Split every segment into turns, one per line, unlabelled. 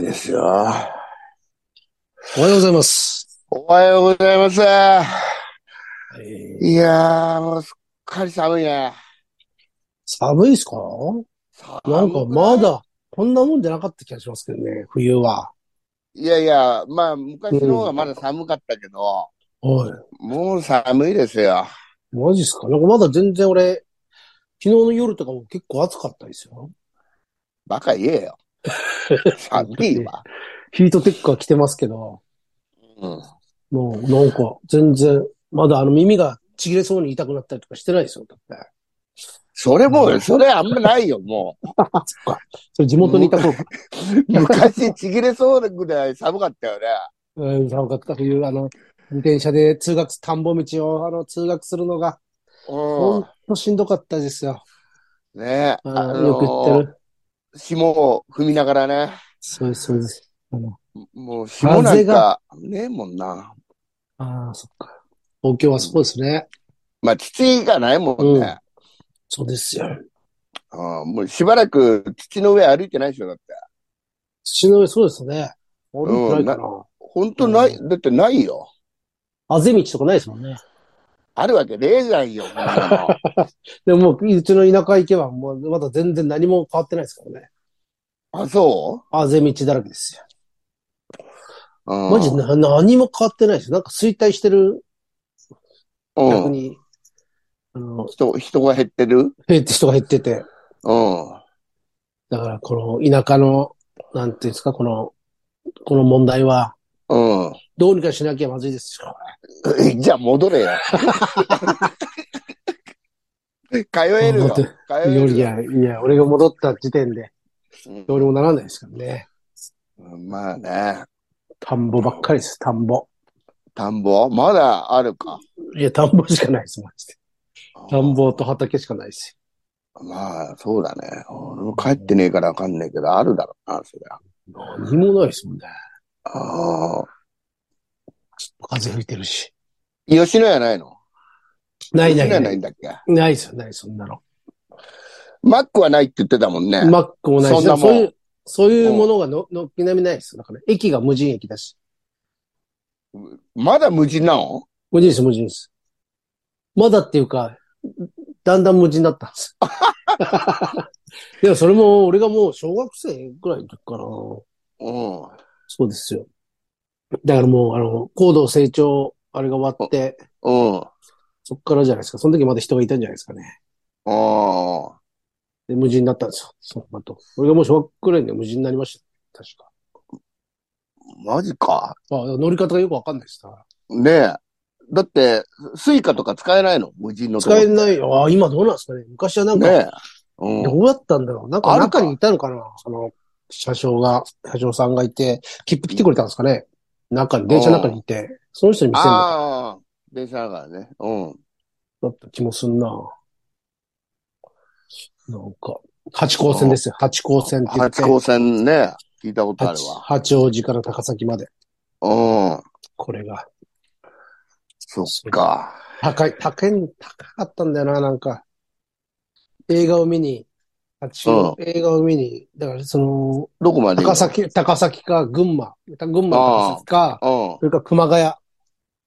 ですよ。
おはようございます。
おはようございます。
えー
いやー、もうすっかり寒いね。
寒いですか
寒く
なんかま。だ、こんなもんじゃなかった気がしますけどね、冬は。
いやいや、まあ、昔の方がまだ寒かったけど、
はい。
もう寒いですよ。
マジっすかなんかまだ全然俺、昨日の夜とかも結構暑かったですよ。
バカ言 えよ。寒いわ。
ヒートテックは着てますけど、
うん。
もうなんか全然、まだあの耳がちぎれそうに痛くなったりとかしてないですよ。だって。
それもう、それあんまないよ、も
あ、そっか。それ地元にいた頃か。
う。昔ちぎれそうなぐらい寒かったよね。
うん、寒かった冬、あの、自転車で通学、田んぼ道をあの通学するのが、ほん
う
としんどかったですよ。
ん。ね
うん
あ
よく言って
の
る。
ー、霜を踏みながらね。
そうです、そうです。あの、
もう霜なんかねえもんな。
ああ、そっか。東京はそうですね。
まあ、土がないもんね。
そうですよ。
うん、もうしばらく土の上歩いてないでしょ、だって。
土の上、そうですね。歩いてないかな。
本当ない、だってないよ。
あぜ道とかないですもんね。
あるわけ例外よ、こんなの
でももう、うちの田舎行けば、もう、まだ全然何も変わってないですからね。
あ、そ
あぜ道だらけですよ。
う、うん、
マジな、何も変わってないですよ。なんか衰退してる、
う
逆
ん。
に、あの、
人、人が減ってる
減って人が減ってて。
うん。
だから、この、田舎の、なんていうんですか、この、この問題は、
うん。
どうにかしなきゃまずいですよ。
じゃあ戻れよ。 通えるよ。
戻
通
って
え
い
る
や
よ。
いや、いや、俺が戻った時点で、どうにもならないですからね。
うんまあね。
田んぼばっかりです、田んぼ。
田んぼまだあるか。
いや、田んぼしかないです、マジで。田んぼと畑しかないです
まあ、そうだね。俺も帰ってねえからわかんないけど、あるだろうな、そりゃ。
よ。何もないですもんね。
ああ。
風吹いてるし。
吉野家ないの
ないな
吉野家な
いないい
ん。だっけ
ないですよ、ないですそんなの。
マックはないって言ってたもんね。
マックもない
そ
し、
ん
で
な
も
もん
そういう、そういうものがの、のっきなみないですよ。だから、駅が無人駅だし。
まだ無人なの
無人です、無人です。まだっていうか、だんだん無人になった んです。いや、それも、俺がもう小学生ぐらいの時かな。
うん。
そうですよ。だからもう、あの、高度成長、あれが終わって、
うん。あ
そっからじゃないですか。その時まだ人がいたんじゃないですかね。
あ。
で、無人になったんですよ。その後。俺がもう小学校ぐらいで無人になりました。確か。
マジか。
あ乗り方がよくわかんないですな。
ねえ。だって、スイカとか使えないの無人のとこ
使えないよ。あ、今どうなんですかね。昔はなんか、
ねえ。うん。
どうやったんだろう。なん
あ
か
るか
中にいたのかなその、車掌が、車掌さんがいて、切符来てくれたんですかね。中に、電車の中にいて、その人に見せるのだ
ああ。電車だからね。うん。
った気もすんな。なんか、八高線ですよ。八高線って言って。
八高線ね。聞いたことある
八
わ。
八王子から高崎まで。
うん。
これが。
そっか。
高い、高い、高かったんだよな、なんか。映画を見に、八王映画を見に、だからその、
どこまで行
高
く
崎、高崎か群馬、群馬高崎か、
のうん。
それから熊谷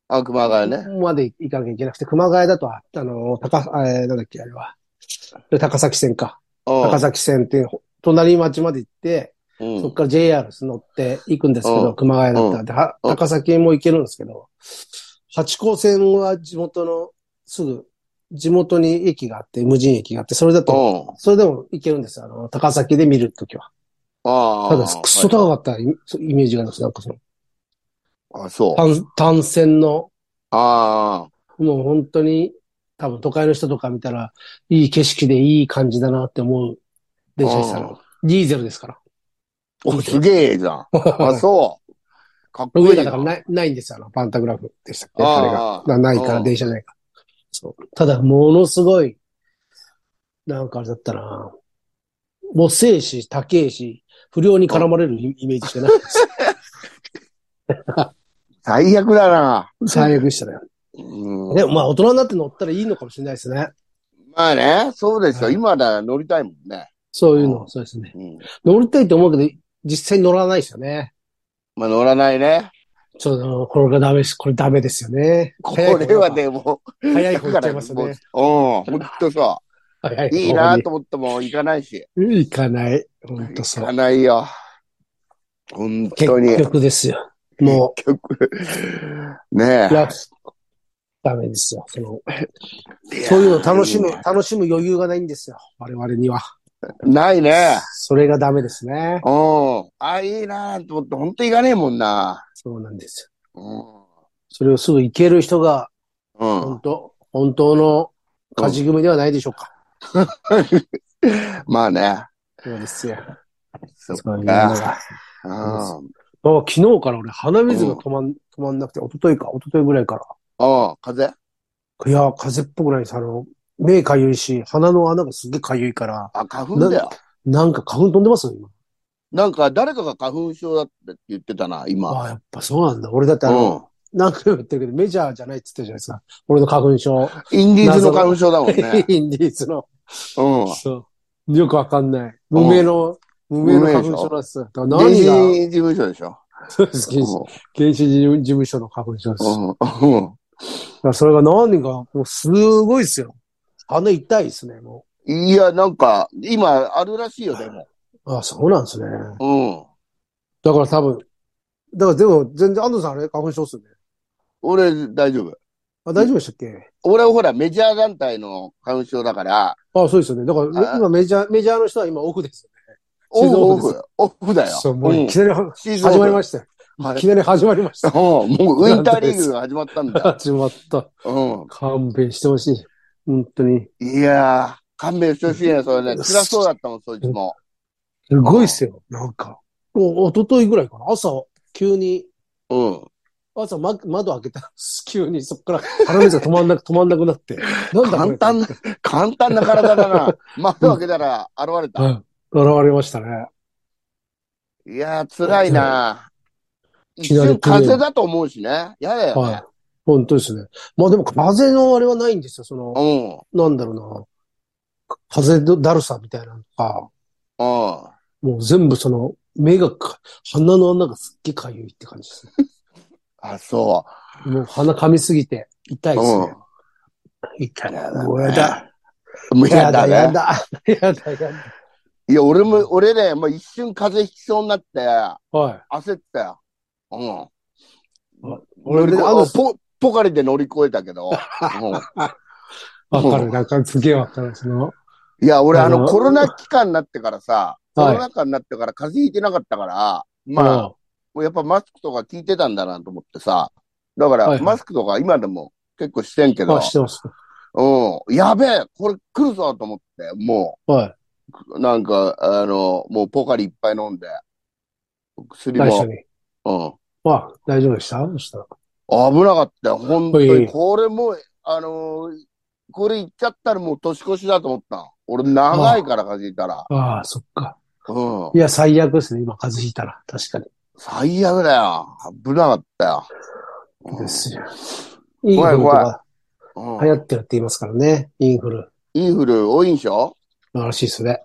あ、熊谷ね。
まで行かなきゃいけなくて、熊谷だと、あの、高、えーなんだっけ、あれは。高崎線か。
うん
高崎線って、隣町まで行って、
うん
そっから JR 乗って行くんですけ
う
ど、
ん
熊谷だったらでは、
うん
高崎も行けるんですけど、八高線は地元の、すぐ、地元に駅があって、無人駅があって、それだと、
うん。
それでも行けるんですよ。あの、高崎で見るときは。
ああ。
ただ、くっそ高かったイイメージがあります。なんかその、
はいあ、そう。
単、単線の、
あ
もう本当に、多分都会の人とか見たら、いい景色でいい感じだなって思う電車でした
うん
ら、ディーゼルですから。
あ。お、すげえじゃん。 あ、そう。かっこ
上
いい
だ
な。
からない、ないんですよ、あの、パンタグラフでしたっけ
あ
あ
あ
れが。なないか
う
ら、
ん
電車じゃないから。そう。ただ、ものすごい、なんかあれだったなもうせえし、高えし、不良に絡まれるイイメージしかないです。
最悪だな。
最悪でしたね。
うん。
でも、まあ、大人になって乗ったらいいのかもしれないですね。
まあね、そうですよ。
はい
今なら乗りたいもんね。
そういう
う
の、そうですね。
うん。
乗りたいと思うけど、実際に乗らないですよね。
まあ乗らないね。
ちょっと、これがダメです。これダメですよね。
これはでも、
早い方行っちゃいます
だから
ね。
もううん、ほんとさ、
早い方に
いいなと思っても行かないし。
行かない。本当
行
そ
か
う。
ないよ。本
結
当に。
局ですよ。も
結局。ね
う、ラフダメですよ。その、
え。
そういうの楽しむ
い、や
楽しむ余裕がないんですよ。我々には。
ないね。
それがダメですね。
うん。あ、いいなと思って、ほんと行かねえもんな。
そうなんですよ。
う
それをすぐ行ける人が、
ん。うん。
本当、本当の勝ち組ではないでしょうか。
まあね。
そうですよ。
そっ
そういうの
か。
が。
うん。うん。
あ昨日から俺、鼻水が止まん、止まんなくて、一昨日か、一昨日ぐらいから。
風邪
いや、風邪っぽくないです。あの、目かゆいし、鼻の穴がすっげえかゆいから、
あ、花粉だよ。
なんか花粉飛んでますよ、今。
なんか誰かが花粉症だって言ってたな、今。
ああ、やっぱそうなんだ。俺だってあの、
う
何回も言ってるけど、メジャーじゃないって言ってるじゃないですか。俺の花粉症。。
ん。インディーズの花粉症だもんね
インディーズの。
う
そう。よくわかんない。
うん
無名の、無名の花粉症なんです。だから
ん。原
何
始
が、
事務所でしょ。
そうです原 始原始事務所の花粉症です。だ
うん。うん。
からそれが何が、もうすごいですよ。鼻痛いですね、も
いや、なんか、今、あるらしいよ、でも。
う。ああ、そうなんですね。
うん。
だから多分、だからでも全然安藤さんあれ花粉症っすよね。
俺、大丈夫。
あ、大丈夫でしたっけ、
俺、ほら、メジャー団体の花粉症だから、
あそうですよね。だから
あ
ね今メジャー、メジャーの人は今オフですよ
オフ、オ
シー
フ、オフだ
ね。
よ。
そう、もう
うん
いきなりは、
シーズンオフ
始まりましたよ。
はい
いきなり始まりま した。
うん、もうウィンターリーグが始まったんだ。
始まった。
うん。
勘弁してほしい。本当に。
いやー、勘弁してほしいね、それね。辛そうだったもん、そいつも。
すごいっすよ。なんか。お、おとといぐらいかな。朝、急に、
うん。
朝、ま、窓開けたら、 急にそっから鼻水が止ま んなく、止まんなくなって。なんだこ
簡
れ
単な、簡単な体だ な。窓開けたら現れた。
うん。現れましたね。
いやー、辛いな。
い
一
きなり
瞬風邪だと思うしね。嫌だよ
はい
ね。。
本当ですね。まあでも、風邪のあれはないんですよ。その、
うん。
なんだろうな。風邪のだるさみたいなのとか、
うん。
もう全部その、目がか、鼻の穴がすっげえかゆいって感じですね。
あ、そ
もう鼻噛みすぎて、痛いですね。痛い。
やだね
もうやだ。
う。もう
や
嫌
だ、
だ
や
ね。
だ。 やだ、やだ。
いや、俺も、俺ね、もう一瞬風邪ひきそうになって、
はい。
焦ったよ。うん。
俺
乗り
で、
こ
あの、
ポ、ポカリで乗り越えたけ ど。
わかる。なんかすげえわかる。その、
うんいや、俺あ
あ
の、
の
コロナ期間になってからさ、コ
はい
ロナ禍になってから風邪ひいてなかったから、まあ、もうやっぱマスクとか効いてたんだなと思ってさ。だか
はい
ら、
はい
マスクとか今でも結構してんけ
うん、
ど
あ、、してます。
うん。やべえ、これ来るぞと思って、も
は
う、なんか、あの、もうポカリいっぱい飲んで、
い。
薬
大丈
も
夫、に。
うん。
あ、大丈夫でしたそしたら。
危なかったよ、本当
はい
に。これもう、あのーこれ行っちゃったらもう年越しだと思ったの。俺長いから風邪ひいたら。
ああ、そっか。
うん
い。や、最悪ですね。今、風邪ひいたら。確かに。
最悪だよ。危なかったよ。うん
ですよ。インフ
怖い
ルと
怖い
か
うん
流行ってるって言いますからね。インフル。
インフル多いんでしょ
らしいですね。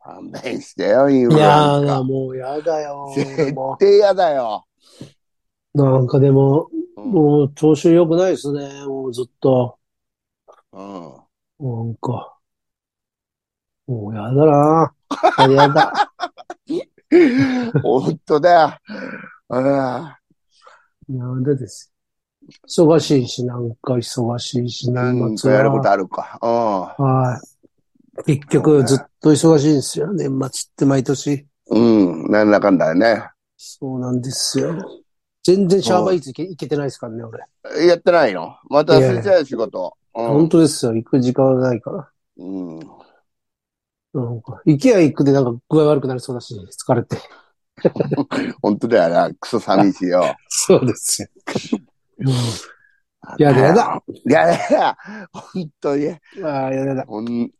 勘弁してよ、インフ
い
ルな
や
んか。
ー、もうや だよ。で
絶
も
対嫌だよ。
なんかでも、
うん。うん
もう調子良くないですね。もうずっと。なんか。もうやだなあれやだ。
本当だよ。うん
やだです。忙しいし、なんか忙しいし、
なん
年
か
末は
やることあるか。う
はい。結局ずっと忙しいんですよ。年末って毎年。
ん。うん。なんだかんだね。
そうなんですよ。全然シャーバーイーツ行け行けてないですからね、俺。
やってないのまた忘れちゃうよ、仕事。う
本
ん。
当ですよ。行く時間がないから。
うん。
なんか、行きゃ行くでなんか具合悪くなりそうだし、疲れて。
本当だよな。クソ寂しいよ。
そうですよ。 やだやだ。
やだやだ。本当に。
ああ、やだやだ。
ほん、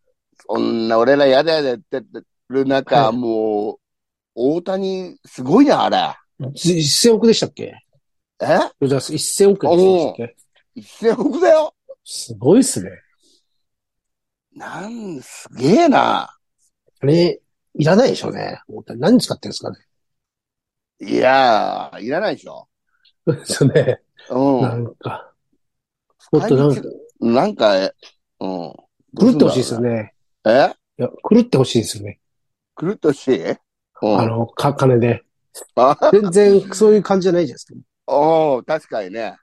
そんな俺らやだやだやってる中、
はい
もう、大谷、すごいな、あれ。
じ1000億でしたっけ
え
じゃあ1000億円でしたっけ
1000億だよ。
すごいっすね。
なん、すげえな。
あれ、いらないでしょうね。何に使ってるんですかね。
いやー、いらないでしょ。
そうですよね。
う。
なんんか、もっとなんか、
なんか、えうん。
狂ってほしいですよね。
え
いや、狂ってほしいですよね。
狂ってほしいうん。
あ
あ
の、か、金で。
あ
全然そういう感じじゃないじゃないですか。
おー確かにね。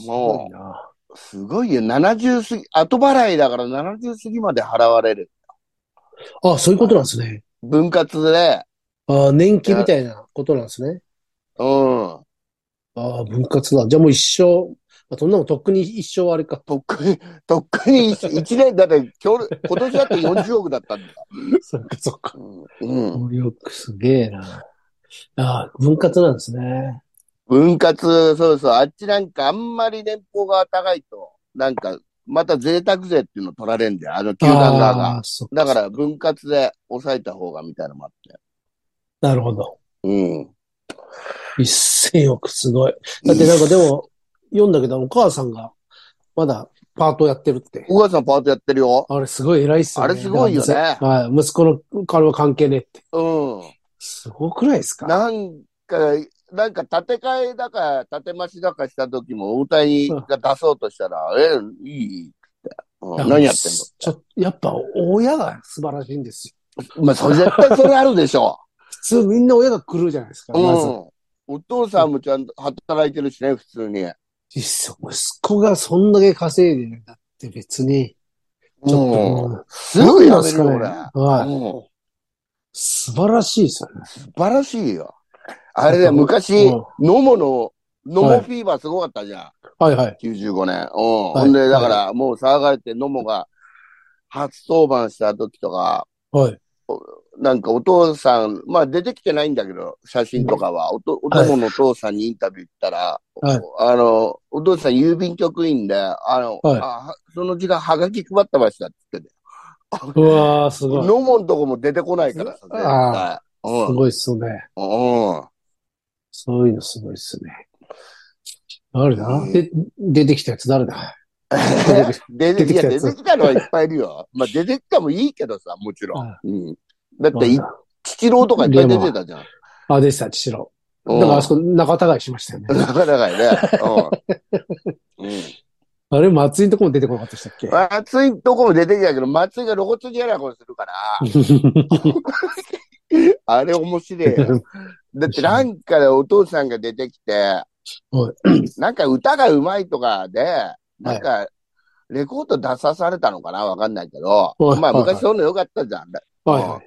すご
も
いな
う、すごいよ。70過ぎ、後払いだから70過ぎまで払われる。
あ、そういうことなんですね。
分割で、
あ年季みたいなことなんですね。
うん。
あ分割だ。じゃあもう一生、まあ、そんなのとっくに一生あれか。
とっくに、とっくに一一年、だって今日、今年だって40億だったんだよ。
そっかそっか。
うん。
よくすげえな。あ分割なんですね。
分割、そうそう。あっちなんかあんまり年俸が高いと、なんか、また贅沢税っていうの取られんだよ。あの球団側が。
あーそっ
だか
そっ
ら分割で抑えた方がみたいなのもあって。
なるほど。
うん。
一千億すごい。だってなんかでも、読んだけど、お母さんが、まだパートやってるって。
小川さんパートやってるよ。
あれすごい偉いっすよね。
あれすごいよね
はい。息子の彼は関係ねえって。
う
すごくないです
ん。
か
なんか、なんか建て替えだか、建て増しだかした時も、大谷が出そうとしたら、え、いいって。うん、何やってんの
ちょっと、やっぱ親が素晴らしいんですよ。
まあ、それ絶対それあるでし ょ。
普通みんな親が狂うじゃないですか。
う
まず。
ん。お父さんもちゃんと働いてるしね、普通に。
いっそ息子がそんだけ稼いでるんだって別に、ちょっと
も
も
う、
う、
すぐやめるよ、
なん
俺。
なんすかねはい。
うん
素晴らしいですよね。
素晴らしいよ。あれだよ、
なんか
昔、
うん
ノモの、ノモフィーバーすごかったじゃん。
はいはい。
95年。うん。
い
ほんで、だから、もう騒がれて、野茂が、初登板した時とか、
はい。
なんかお父さん、まあ出てきてないんだけど、写真とかは、おと、お友のお父さんにインタビュー行ったら、
はい
あの、お父さん郵便局員で、あの、
はい
あその時間はがき配ってましたって言ってて。
うわー、すごい。す
野茂のとこも出てこないからさ、絶対
あ。
うん。
ごいっすよね。
うん。
そういうのすごいっすね。誰だ
うん
で、出てきたやつ誰だ
出て
出て
い
き
や
たや
出
つ
てきたのはいっぱいいるよ。まあ出てきたもいいけどさ、もちろん。
あ
うん。だってい、父郎とかいっぱい出てたじゃん。
あ、でした、父郎。
うん
だからあそこ仲違いしましたよね。
なかなかやね。
あれ、松井のとこも出てこなかったでしたっけ
うん。松井とこも出てきたけど、松井が露骨にやなことする から、あれ面白 いよ。だってなんかお父さんが出てきて
は、
なんか歌がうまいとかで、なんか、レコード出さされたのかなわかんないけど、
はい
まあ
はい
昔そういうの良かったじゃん。
はいはい。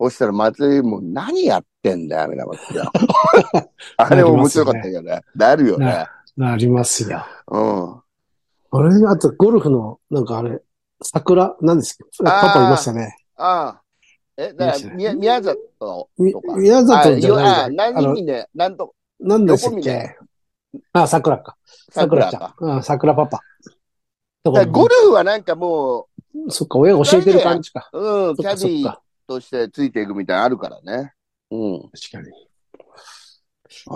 そしたら松井もう何やってんだよ、みたいなこと言ってたあ れ面白かったけどね。なるよね。
なりますよ。
うん。
あれ、あと、ゴルフの、なんかあれ、桜、なんですかパパいましたね。
ああ。え、だか
いいです
ら、
ね
宮、宮里と
み
か。
宮里じゃ
あ
ない
あ
んだ
何
あの
人、ね、なんと、
何でしたっ
横
けあ、桜か。
桜
桜ちゃ
か。
ん。うん、桜パパ。だ
だからゴルフはなんかも
そっか、親が教えてる感じか。
う、うん、
そ
キ
っか、
ャデ
そっ
ィー
か。
としてついていくみたいなのあるからね。うん。
確かに。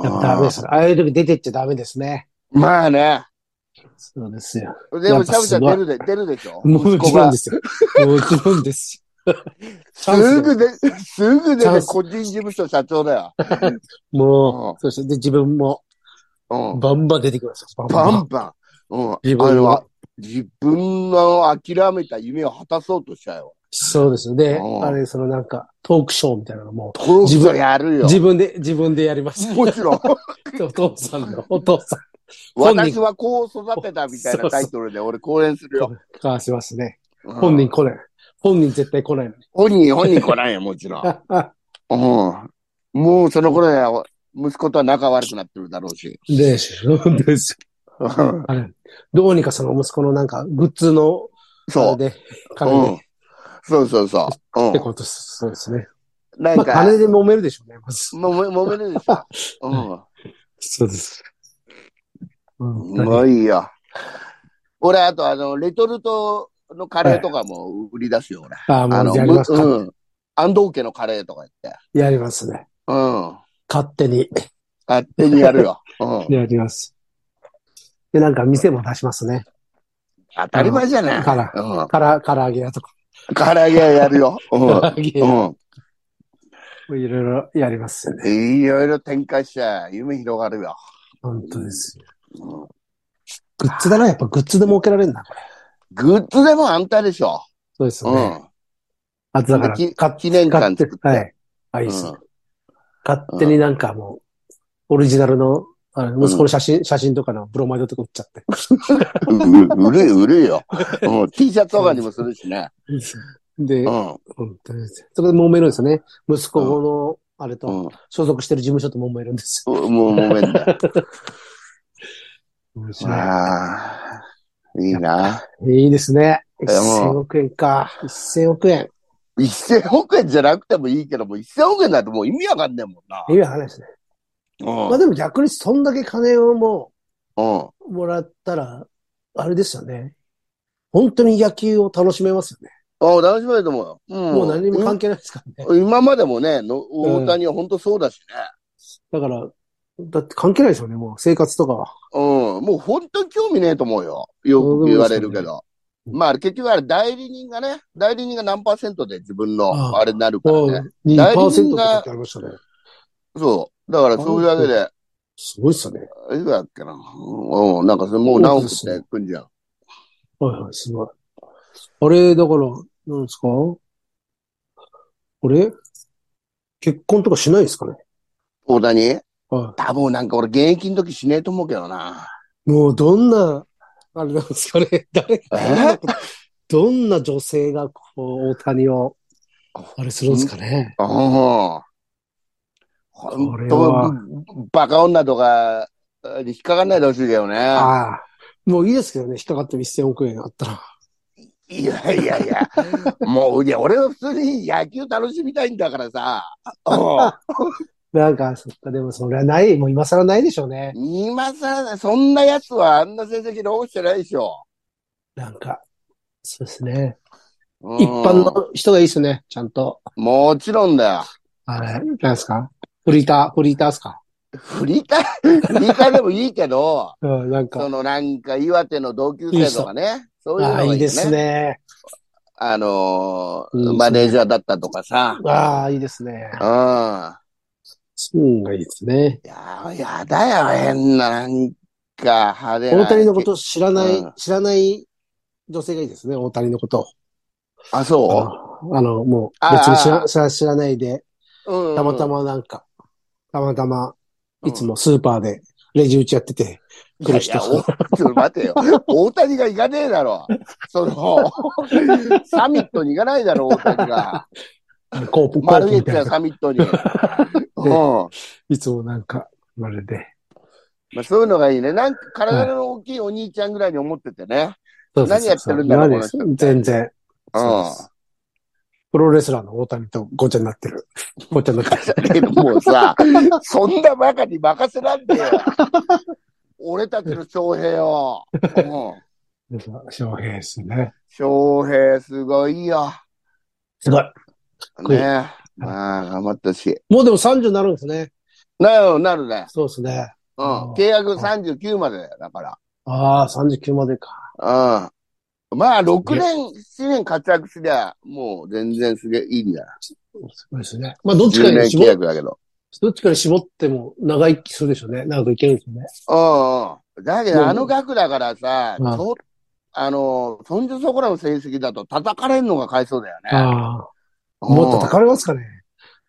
やっぱダメですね。ああいう時出てっちゃダメですね。
まあね。
そうですよ。
で
や
も、
っ
シャ
ぱ
ブシャブ
すごい
出るで、出るでしょ
も
息
ち
子
ろん
が
で。すよ。もちろんですよ。 チャン
す
スで
ぐで、すぐで
チャ
ね、
ンス
個人事務所社長だよ。
も
うん
う、そしてで自分も
うん。
バンバン出てくるんですよ。バン
バ
バン
ン。バン。うん。
自
あ
分
の
の
あ自分の諦めた夢を果たそうとしたよ。
そうですよ。で、
うん
あれ、そのなんか、トークショーみたいなのも、
自
自
分
分
やるよ。
自分で、自分でやりました。
もちろん。
お父さんの、お父さん。本人
私はこう育てたみたいなタイトルで俺講演するよ。
交わしますね。
うん
本人。来ない。本人絶対来ないのに。
本人、本人来ないよ、もちろん。うん。もうその頃には息子とは仲悪くなってるだろうし。
でしょ、です。
うん
あれ、どうにかその息子のなんか、グッズの、
そ
あれで、
う。
金
う
で、
ん。そうそうそう。
って
う
ことです。そうですね。
ん。なん
まあ、
か、
金で揉めるでしょうね、まず。
もめ、揉めるでしょ。うん。
そうです。うん、
うまいよ。俺、あと、あの、レトルトのカレーとかも売り出すよ、俺。
ああ、
あ
も
の、
うやりますか、
うん。安藤家のカレーとか言って。
やりますね。
うん。
勝手に。
勝手にやるよ。うん。
やります。で、なんか店も出しますね。
当たり前じゃない。
から、
うん。
から、唐揚げ屋とか。
唐揚げはやるよ。うん。
唐揚げ
う
屋。
ん。
いろいろやりますよね。
いろいろ展開して、夢広がるよ。
本当ですよ。
うん
グッズだな、やっぱグッズで儲けられるな、これ。
グッズでも安泰でしょ。
そうですよ
う
ね。
ん。
あとだから、
き
勝
記念館
手
作っ、て。
はい。あ、いいですね。勝手になんかもう、オリジナルの、あの、息子の写真、写真とかのブロマイドとか売っち ゃって。
うんう売るよ、売るよ。うん T シャツとかにもするしね。
で
う、ん。
本当ですそこで揉めるんですよね。息子の、あれと、
うん。
所属してる事務所と揉めるんです
もう、もめんだ。
よ。面白
ああ。いいな。
い。いいですね。
やも
1000億円か。1000億円。
1000億円じゃなくてもいいけど、もう1000億円なんてもう意味わかんねえもんな。
意味わかんないですね。まあでも逆にそんだけ金をも
うん。うん。
う、もらったら、あれですよね。本当に野球を楽しめますよね。
ああ、楽しめると思うよ。うん
もう何にも関係ないですからね。
うん今までもね、の大谷は本当そうだしね。
だから、だって関係ないですよね、もう生活とかは。
うん。もう本当に興味ねえと思うよ。よく言われるけど。
うん
まあ、結局あれ代理人がね、代理人が何パーセントで自分
あ
の
あ
あれになるからね。
2%とかってありましたね。
そう。だからそういうわけで、
すごいっすよね。
いくらだっけな。うん、うんなんかそれもう何億ってくんじゃん。
はいはい、すごい。あれ、だから、なんですかあれ結婚とかしないですかね
大谷
は
多分なんか俺現役の時しねえと思うけどな。
い。もうどんな、あれなんですかね 誰
え
が、どんな女性がこう、大谷を、あれするんですかね
うん。ほ
こ
ん
れは
と、バカ女とかに引っかかんないでほしいけどね。
ああ。もういいですけどね、引っかかっても1000億円あったら。
いやいやい や、もう、いや、俺は普通に野球楽しみたいんだからさ。う
なんか、そっか、でもそれはない、もう今更ないでしょうね。
ん今さら、そんな奴はあんな成績残してないでしょ。
なんか、そうですね。
うん
一般の人がいいですね、ちゃんと。
もちろんだよ。
あれ、なんですかフリーター、フリーターですか
振り 返、振り返でもいいけど、
うん、なんか
そ。のなんか岩手の同級生とかね、そういうの
あ
が
あ、
いい,、ね、
いいですね。
あのー
いいですね
マネージャーだったとかさ。
ああ、いいですね
う。ん。
うん、いいですね。
いや、やだよ、変な、なんか派手な。
大谷のこと知らない、
うん
知らない女性がいいですね、大谷のこと。
あ、
あ
そ
の、あのもう
あ
別に知
あ
ら知ら知らないで、
ううん
たまたまなんか、たまたま、いつもスーパーでレジ打ちやってて、来る人
いやいやおちょっと待てよ。大谷が行かねえだろ。その、サミットに行かないだろ、大谷が。
コープ、コー
丸
プみ
月
た
や
いな。
サミットに。うん。 ま
いつもなんか、あれで。
あ、そういうのがいいね。なんか体の大きいお兄ちゃんぐらいに思っててね。
そうそうそう
何やってるんだろう
何です
この人
全然。そうです
う
プロレスラーの大谷とごっちゃになってる。ごっちゃになってる。
ん。だけどもうさ、そんなバカに任せなんでよ。俺たちの翔平を。うん。
翔平ですね。
翔平すごいよ。
すごい。ごい
ねまあ、頑張ってほしい。
もうでも30になるんですね。
なるなるね。
そうですね。
うん
うん。
契約39までだよ、だから。
ああ、39までか。
うん。まあ、6年、7年活躍すりゃ、もう全然すげえいいんだ。
すごいですね。まあ、どっちか
10
に
年
絞
契、約だけど。
どっちかに絞っても長生きするでしょうね。長くいけるんですよね。
うんうん。だけ
うん
ど、あの額だからさ、
うん
そあの、そんじょそこらの成績だと叩かれんのが買いそうだよね。
ああ。
うん
もう叩かれますかね。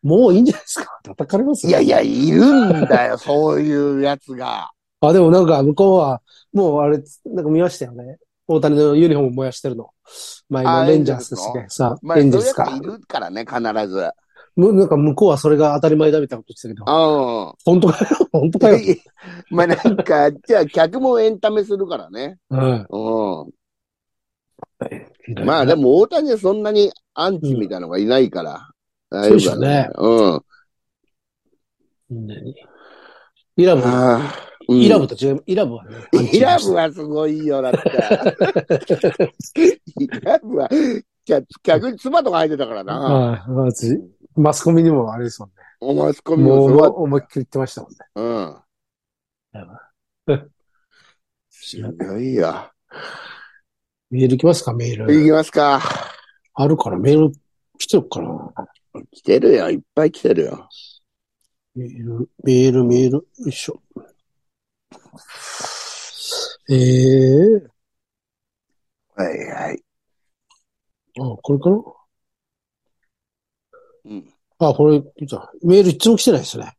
もういいんじゃないですか。叩かれます
いやいや、いるんだよ、そういうやつが。
あ、でもなんか向こうは、もうあれ、なんか見ましたよね。大谷のユニフォーム燃やしてるの。前の
あ
レンジャーズですね。さ
ま
あ、
あ、そ
レ
うい
ン
う
ジャ
やつ
ーズか
がい。るからね、必ず。
むなんか向こうはそれが当たり前だみたいなこと言ってたけ
う
ど。本当かよ本当か よ、
ん。まあ、なんか、じゃあ、客もエンタメするからね。
うん
うん。まあで
も。
も大谷はそんなにアンチみたいなのがいないから。大
そうでし
丈
ょう
夫だ
ね。
うん。
イラブ、
ああうん
イラブと違う、イラブはね。
イラブはすごいよ、だって。イラブは、客客に妻とか入ってたからな。
はい、まずマスコミにもあれですもんね。
おマスコミ
も
もすごいう
思いっきり言ってましたもんね。。
うん
やば。
すごいよ。
メールいきますか、メー
い
ル。
きますか。
あるからメール来てるかな。
来てるよ。いっぱい来てるよ。
メール、メール、メール、よいしょ。ええ
はいはい。
あ、これかな
うん。来
あ、これ、見たメール一つも来てないですね。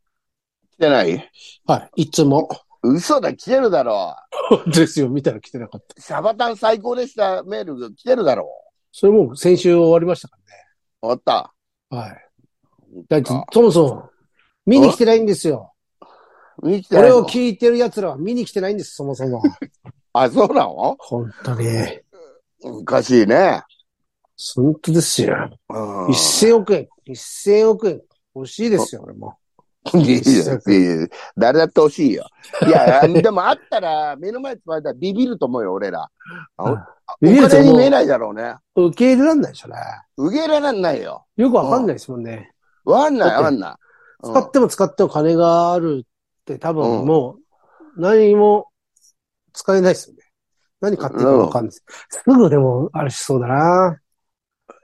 てない
はい、いつも。
嘘だ、来てるだろ
ですよ、見たら来てなかった。
う。シャバタン最高でしたメールが来てるだろ
それもう先週終わりましたか
う。終わった。
らね。はい。だってそもそも、見に来てないんですよ。
見に来て
こ
ない
れ
の
を聞いてる奴らは見に来てないんです、そも そも。
あ、そうなの
本当に。
おかしいね。
本当ですよ。
うん
一千億円、一千億円欲しいですよ、俺も。
いやいやいやいや誰だって欲しいよ。いや、 でもあったら、目の前につまれたらビビると思うよ、俺ら。あ
うん
お
ビビると
金
思う
に見えないだろうね。
受け入れらんないでしょね。
受け入れられないよ。
よくわかんないですもんね。
わかんない、
だって
わかんない。
使っても使っても金があるって多
う
分
ん
もう何も使えないですよね。何買っていいかわかんないです。すぐでもあれしそうだな。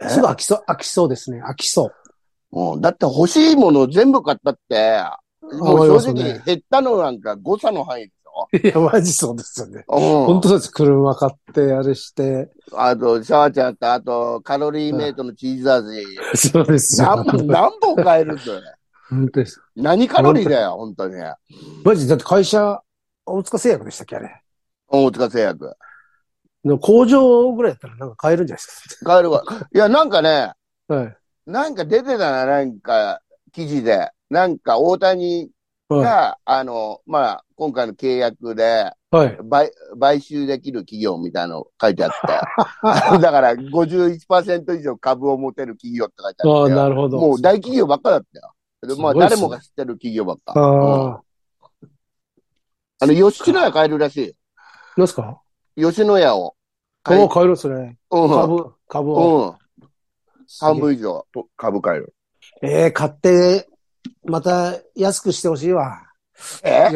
え
すぐ飽きそう、飽きそうですね。飽きそう。
うんうんだって欲しいもの全部買ったって、もう正
わかります
直
ね
減ったのなんか誤差の範囲でしょ。
いや、マジそうですよね。
う
本
ん
当です。車買って、あれして。
あと、シャワちゃんと、あと、カロリーメイトのチーズ味。
そうです
何
よ。
本、何本買えるんだよ。
本当です。
何カロリーだよ、本当に。
マジ、だって会社、大塚製薬でしたっけあれ。
大塚製薬。
の工場ぐらいだったらなんか買えるんじゃないです
買えるわ。いや、なんかね、
か。はい。
なんか出てたな、なんか、記事で。なんか、大谷
は
が、あの、まあ、今回の契約で、
い。はい。
買、買収できる企業みたいなの書いてあ って。だから、51%以上株を持てる企業って書いて
あ
あっ
あ、
て。
なるほど。
もう大企業ばっかだったよ。ですま
ごい
あ、
っすね
誰もが知ってる企業ばっか。うん
ああ、
あの、吉野家買えるらし
なんすか
い。吉野家を。
買
買
お、
いう
買えるんすね。
うん。
株、株を。
うん。半分以上と株買える。
ええ買って、また安くしてほしいわ。
え
いや
い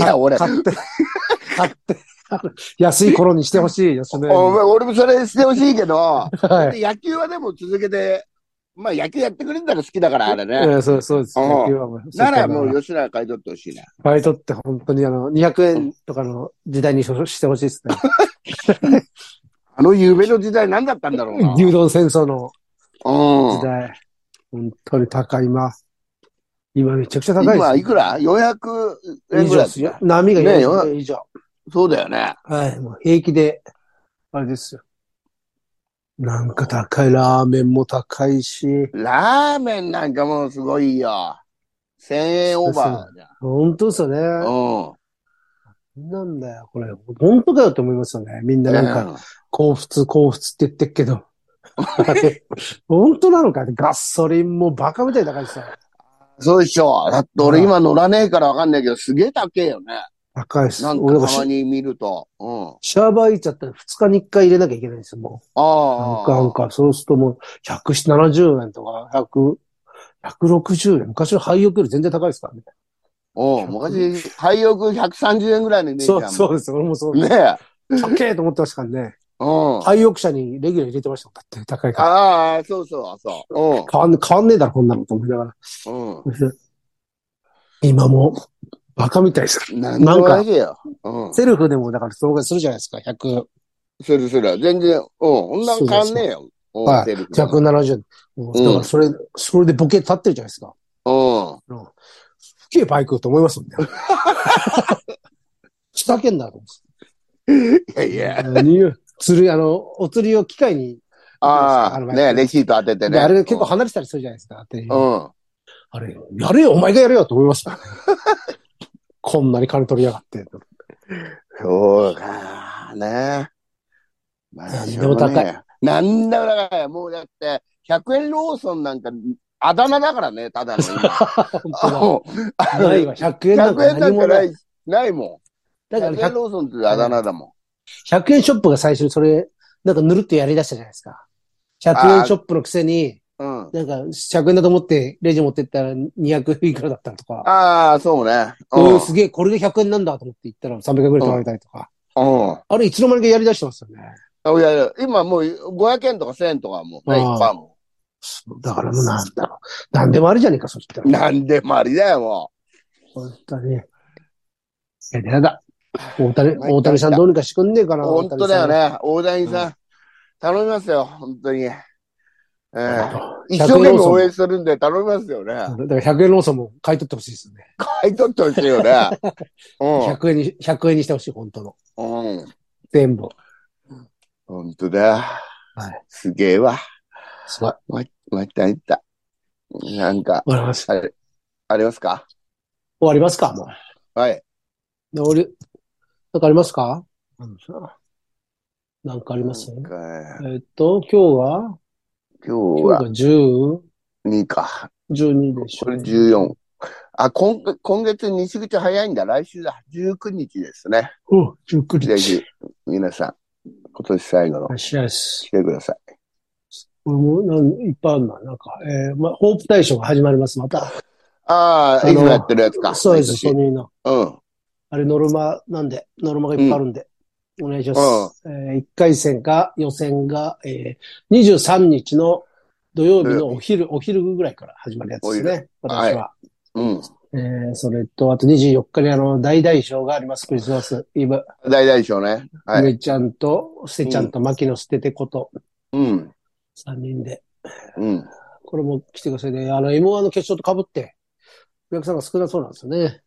や、俺、
買って、 買って、 安い頃にしてほしいですね。
お前俺もそれしてほしいけど、
はい。
野球はでも続けて、まあ野球やってくれるんだら好きだから、あれ
え
ね。
えそうそうです。
うん
野球はもう
ならもう
そう
吉永買い取ってほしいな。
バイトって本当にあの、200円とかの時代にししてほしいですね。
あの夢の時代何だったんだろうな。
牛丼戦争の時
う
代。本当に高い、今。今めちゃくちゃ高い
ん。
です、
今いくら ?400 円ぐら
以上
い
で
だ
すよ。波が
ねえ
40円以上。
そうだよね。
はい、もう平気で、あれですよ。なんか高い、ラーメンも高いし、
ラーメンなんかもうすごいよ。1000円オーバーじ
本当ですよね。
ゃん。うん。
なんだよ、これ。本当かよって思いますよね。みんななんか、幸福、幸福って言ってっけ ど。あれ本当なのかってガソリンもバカみたいに高いですよ。
そうでしょ。だって俺
うん
今乗らねえからわかんないけど、すげえ高えよね。
高いです。
なん
俺
か
が
た
シ
まに見ると。うん。
シャーバー行っちゃったら2日に1回入れなきゃいけないんですよ、もう。な
あ
ん
あ。
かなんか、そうするともう、170円とか、100、160円。昔の廃浴より全然高いですからね。
うん。昔、廃屋130円ぐらいのイメージだ
そ
もん
う、そうです。俺もそう。
ねえ。
高えと思ってましたからね。
うん。
廃浴車にレギュラー入れてましたもん。だって高いから。
ああ、そうそうそ
変わんね、変わんねえだろ、こんなのと思いながら。
う。うん。
今も、バカみたいです。
うん。なんでもないけよ。うん。
セルフでも、だから、そのぐらいするじゃないですか。100、
するする。全然、うん。こんなん変わんねえよ。うん
はい
セルフ
170。もうだから、それ、それでボケ立ってるじゃないですか。
うん。
吹けバイクと思います もんね。ふざけんなと思
いやい
って。
や。
何よ釣り、あの、お釣りを機械に、
あ
あ
あ、
の
ねレシート当てて
で
ね。
あれ結構離れてたりするじゃないですか。っていう
うん。うん。
あれ、やれよ、お前がやれよと思いますもんね。こんなに金取りやがって。
そうか。ねまあ、
なんでも高
しょう
い
がねえよ。なんでも高い。もうだって、100円ローソンなんか、あだ名だからね、ただの今。
本当だ。
あの
ないわ、100円なん
100
か
円な
何
ん
も
か
な。
ないい、ないもん。
だから
100円
100,
ローソンってあだ名だもん。
100円ショップが最初にそれ、なんかぬるっとやり出したじゃないですか。100円ショップのくせに、
うん。
なんか100円だと思ってレジ持ってったら200いくらだったりとか。
ああ、そうね。
おーすげえ、これで100円なんだと思って行ったら300円くらい取られたりとか。
うん。うん。
あれ、いつの間にかやり出してますよね。
あいやいや、今もう500円とか1000円とかもうね、い
あ
っ
ー
ぱいあるも
だからもうなんだろう。なんでもありじゃねえか、そしたら。
なんでもありだよ、も
本当に。いや、やだ。大谷、大谷さんどうにかしてくんねえか
う。
な。
本当だよ
大
ね。大谷さん、頼みますよ、本当に。ええ
谷さん。あ
一生懸命応援するんで頼みますよね。
とだから100円ローソンも買い取ってほしいですよね。
買い取ってほしいよ ね。う
100円に、100円にしてほしい、本当の。
ん。うん。
全部。
本当だ。
はい。
すげえわ。
すごい。
また行った。なんか、
終わります。終
あれ、ありますか
わりますかもう。
はい。
で俺、なんかありますかなんかあります
なんか
えっと、今日は
今日
今
は
日が
2か。
10、12でしょ。
これ14。あ、今、今月西口早いんだ。来週だ。19日ですね。
うん、19
ぜ
日。
ひ、皆さん、今年最後の
らしいです
来。てください。
これもなんいっぱいあるな。なんか、えー、まあ、ホープ大賞が始まります、また。
ああ、
あの
いつもやってるやつか。
そうです、ソ
毎年
ニーの。
うん。
あれ、ノルマなんで、ノルマがいっぱいあるんで、お願いします。えー、1回戦が、予選が、えー、23日の土曜日のお昼、お昼ぐらいから始まるやつですね、
はい
私は。
うん。
えー、それと、あと24日にあの、大大賞があります、クリスマスイブ。
大大将ね。は
梅
い。
ちゃんと、捨てちゃんと、牧野捨ててこと、
うん。
3人で。
うん。
これも来てくださいね。あの、M1 の決勝と被って、お客さんが少なそうなんですよね。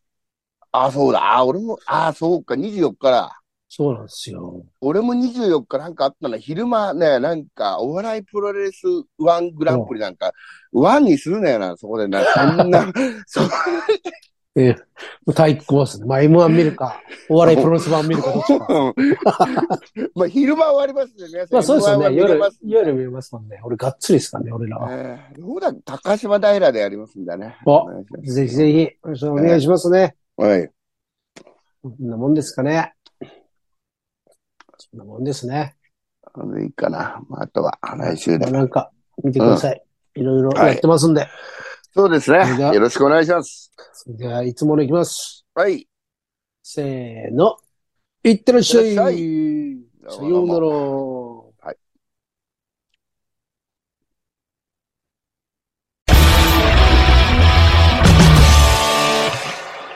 ああ、そうだ。ああ、俺も、ああ、そうか。24日だ。
そうなんですよ。
俺も24日なんかあったな。昼間ね、なんか、お笑いプロレスワングランプリなんか、ワンにするなよな、そこでな。そん な、そ
ええ対抗ですね。まあ、M1 見る か、お笑いプロレス版見るか、どっちか。
う。まあ、昼間は終わりますよね。
まあ、そうですよね。
昼間は見
夜
れます、
夜見れますもんね。俺、がっつりですからね、俺らは。
えーどうだ、高島平でやりますんだね。
お
願いします
ぜひぜひ、お願いしますね。
はい。
こんなもんですかね。そんなもんですね。
あれいいかな。まあ、あとは、来週
ま
で。
あなんか、見てください。いろいろやってますんで。
そうです
それ
ね。
では
よろしくお願いします。
じゃあ、いつものいきます。
はい。
せーの。いってらっしゃい。
いってらっしゃ
さようなら。